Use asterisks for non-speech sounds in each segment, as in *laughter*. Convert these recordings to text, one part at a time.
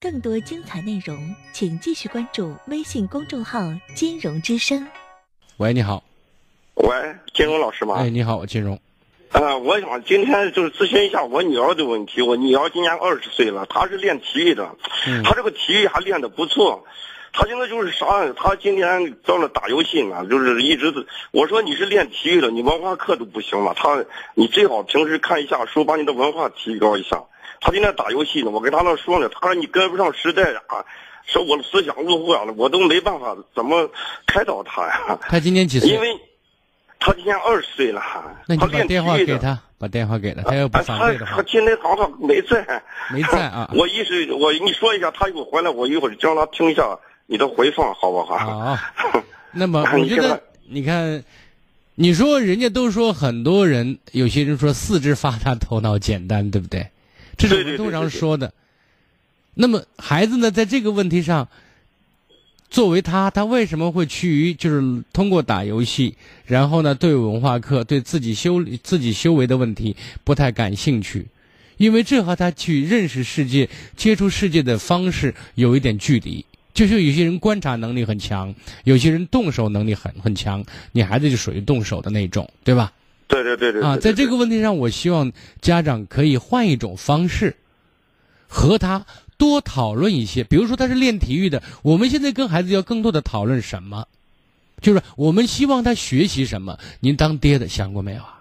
更多精彩内容，请继续关注微信公众号“金融之声喂，你好。喂，金荣老师吗？哎，你好，金荣。呃，我想今天就是咨询一下我女儿的问题。我女儿今年二十岁了，她是练体育的，嗯她这个体育还练得不错。她现在就是啥？她今年到了打游戏呢，就是一直我说你是练体育的，你文化课都不行了。她你最好平时看一下书，把你的文化提高一下。她今天打游戏呢，我跟她那说呢，她说你跟不上时代啊，说我的思想入会了，我都没办法怎么开导她呀。他今年几岁因？为他今年二十岁了，那你他把练电话体育给的他，把电话给他，他要不啊反对的他话，今天刚好没在，。没在啊我一时我你说一下，他一会儿回来，我一会儿叫他听一下你的回放，好不好？好，那么我 *laughs* 你觉这得个，你看，你说人家都说很多人，有些人说四肢发达，头脑简单，对不对？这是我对们对对通常对对说的。那么孩子呢，在这个问题上，作为他，他为什么会趋于就是通过打游戏，然后呢，对文化课、对自己修自己修为的问题不太感兴趣？因为这和他去认识世界、接触世界的方式有一点距离。就是有些人观察能力很强，有些人动手能力很很强，你孩子就属于动手的那种，对吧？ *laughs* 对对对对啊，对在对这个问题上，我希望家长可以换一种方式，和他多讨论一些。比如说他是练体育的，我们现在跟孩子要更多的讨论什么，就是我们希望他学习什么。您当爹的想过没有啊？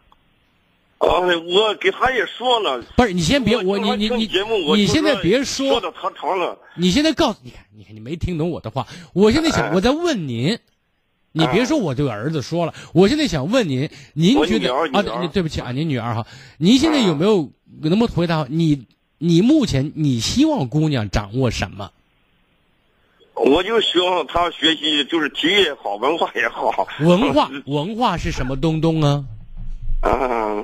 啊，我给他也说了，不是，你先别我我你你听你节目我你就现在别说，说的他长了，你现在告诉你看，你看你没听懂我的话，我现在想，哎我在问您，你别说我对儿子说了，我现在想问您，您我觉得女儿啊，女儿对对不起啊，您女儿哈，您现在有没有能不能回答你？你目前你希望姑娘掌握什么？我就希望他学习就是体育也好，文化也好， *laughs* 文化文化是什么东东啊？嗯、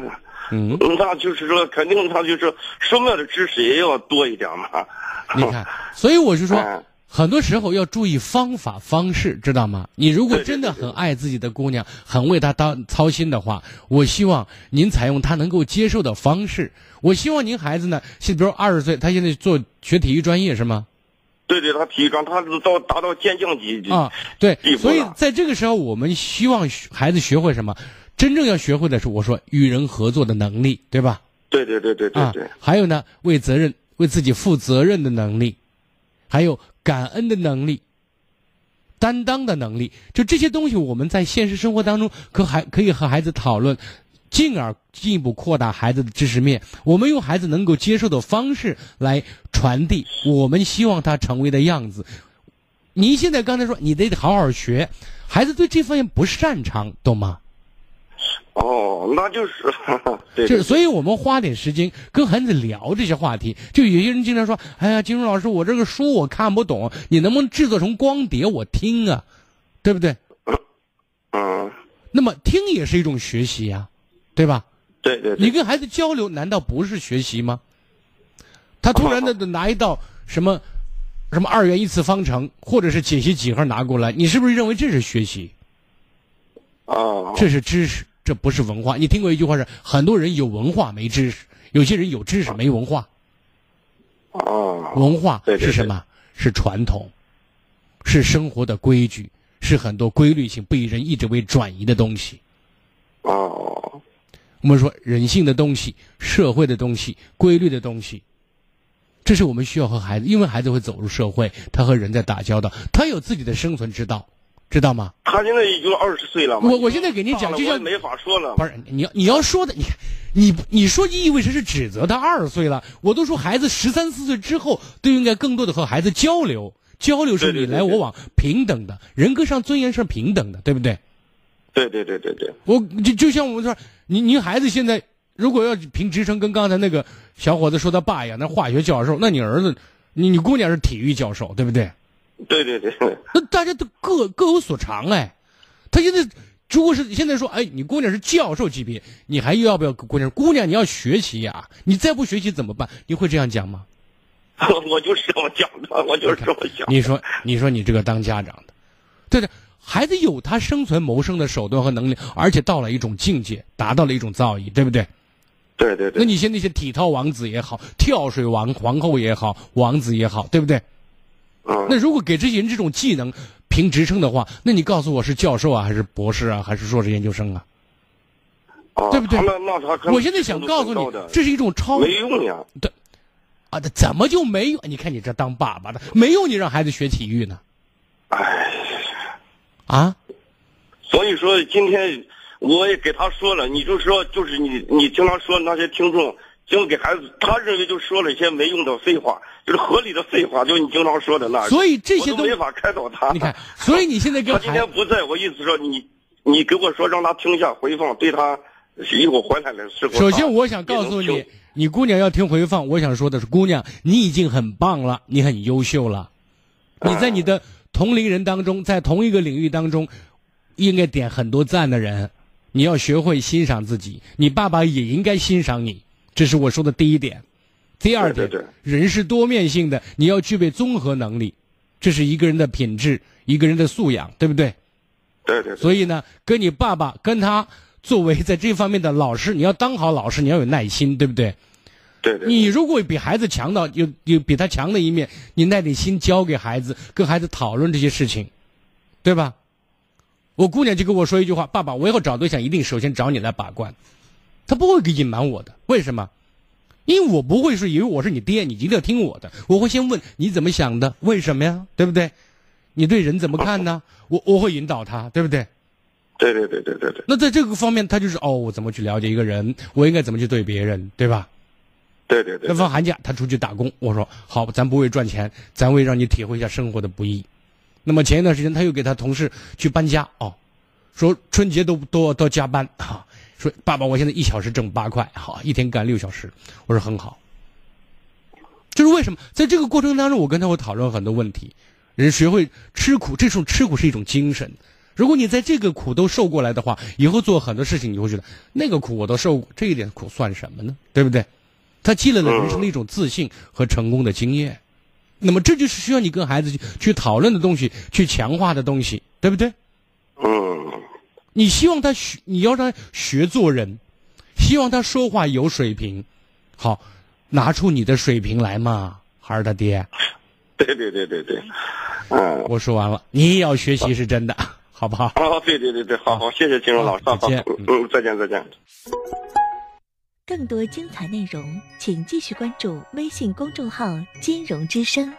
嗯，那就是说肯定他就是书面的知识也要多一点嘛。你看，所以我是说哎，很多时候要注意方法方式，知道吗？你如果对对真的对对很爱自己的姑娘，很为她当操心的话，我希望您采用她能够接受的方式。我希望您孩子呢，是比如二十岁，他现在做学体育专业是吗？对对，他体育刚，他是到达到健将级啊，对地，步所了以在这个时候，我们希望学孩子学会什么？真正要学会的是，我说与人合作的能力，对吧？对对对对对啊对，，还有呢，为责任、为自己负责任的能力，还有感恩的能力、担当的能力，就这些东西，我们在现实生活当中可还可以和孩子讨论，进而进一步扩大孩子的知识面。我们用孩子能够接受的方式来传递我们希望他成为的样子。您现在刚才说你得好好学，孩子对这方面不擅长，懂吗？哦，那就是 *laughs* 对就对是，所以我们花点时间跟孩子聊这些话题。就有些人经常说：“哎呀，金荣老师，我这个书我看不懂，你能不能制作成光碟我听啊？对不对？嗯，那么听也是一种学习呀、对吧？对对你对，跟孩子交流，难道不是学习吗？他突然的拿一道什么什么二元一次方程，或者是解析几何拿过来，你是不是认为这是学习？啊，这是知识，这不是文化。你听过一句话是：很多人有文化没知识，有些人有知识没文化。啊，文化对是对对什么？是传统，是生活的规矩，是很多规律性被人一直为转移的东西。哦，我们说人性的东西、社会的东西、规律的东西，这是我们需要和孩子，因为孩子会走入社会，他和人在打交道，他有自己的生存之道，知道吗？他现在也就二十岁了嘛。我我现在给您大讲，了就我也像没法说了啊不。是你要你要说的，你你你说意味着是指责他二十岁了，我都说孩子十三四岁之后都应该更多的和孩子交流，交流是对你对对来我往，平等的，人格上尊严是平等的，对不对？对对对对对，我就就像我们说，您您孩子现在如果要凭职称跟刚才那个小伙子说他爸一样，那化学教授，那你儿子，你你姑娘是体育教授，对不对？对对对， *laughs* 那大家都各各有所长哎。他现在如果是现在说，哎，你姑娘是教授级别，你还要不要姑娘？姑娘你要学习呀、你再不学习怎么办？你会这样讲吗？我就是这么讲的，我就是这么讲。你说，你说你这个当家长的，对的，孩子有他生存谋生的手段和能力，而且到了一种境界，达到了一种造诣，对不对？对对那对，你像那些体操王子也好，跳水王皇后也好，王子也好，对不对？嗯，那如果给这些人这种技能评职称的话，那你告诉我是教授啊，还是博士啊，还是硕士研究生啊？啊对不对他们那他可能我现在想告诉程度你很高，的这是一种超没用呀，啊，这怎么就没有？你看你这当爸爸的，没有你让孩子学体育呢？哎，啊，所以说今天我也给他说了，你就说就是你你经常说那些听众，经给孩子，他认为就说了一些没用的废话，就是合理的废话，就是你经常说的那，所以这啊我些都东西没，法开导他。你看，所以你现在跟他今孩天不在，我意思说你你给我说让他听一下回放，对他一会儿回来了是否他首先，我想告诉也能你听，你姑娘要听回放，我想说的是，姑娘，你已经很棒了，你很优秀了，你在你的同龄人当中，在同一个领域当中，应该点很多赞的人。你要学会欣赏自己，你爸爸也应该欣赏你，这是我说的第一点。第二点，对对人是多面性的，你要具备综合能力，这是一个人的品质，一个人的素养，对不对？对对对，所以呢，跟你爸爸跟他作为在这方面的老师，你要当好老师，你要有耐心，对不对？对对你如果比孩子强到有有比他强的一面，你耐点心教给孩子，跟孩子讨论这些事情，对吧？我姑娘就跟我说一句话：“爸爸，我以后找对象一定首先找你来把关，他不会隐瞒我的。为什么？因为我不会是以为我是你爹，你一定要听我的。我会先问你怎么想的，为什么呀？对不对？你对人怎么看呢？我我会引导他，对不对？对对对对对对那在这个方面，他就是哦，我怎么去了解一个人，我应该怎么去对别人，对吧？对对对那对，放寒假他出去打工，我说好，咱不为赚钱，咱为让你体会一下生活的不易。那么前一段时间他又给他同事去搬家哦，说春节都都要都要加班啊，说爸爸我现在一小时挣八块，好，一天干六小时，我说很好。就是为什么在这个过程当中，我跟他会讨论很多问题，人学会吃苦，这种吃苦是一种精神。如果你在这个苦都受过来的话，以后做很多事情你会觉得那个苦我都受过，这一点苦算什么呢？对不对？他积累了人生的一种自信和成功的经验，那么这就是需要你跟孩子去去讨论的东西，去强化的东西，对不对？嗯，你希望他学，你要让他学做人，希望他说话有水平，好，拿出你的水平来嘛，孩儿他爹。对对对对对，嗯。我说完了，你也要学习是真的，好不好？啊，对对对对，好好，谢谢金融老师，好再见好嗯，再见再见。更多精彩内容，请继续关注微信公众号“金融之声”。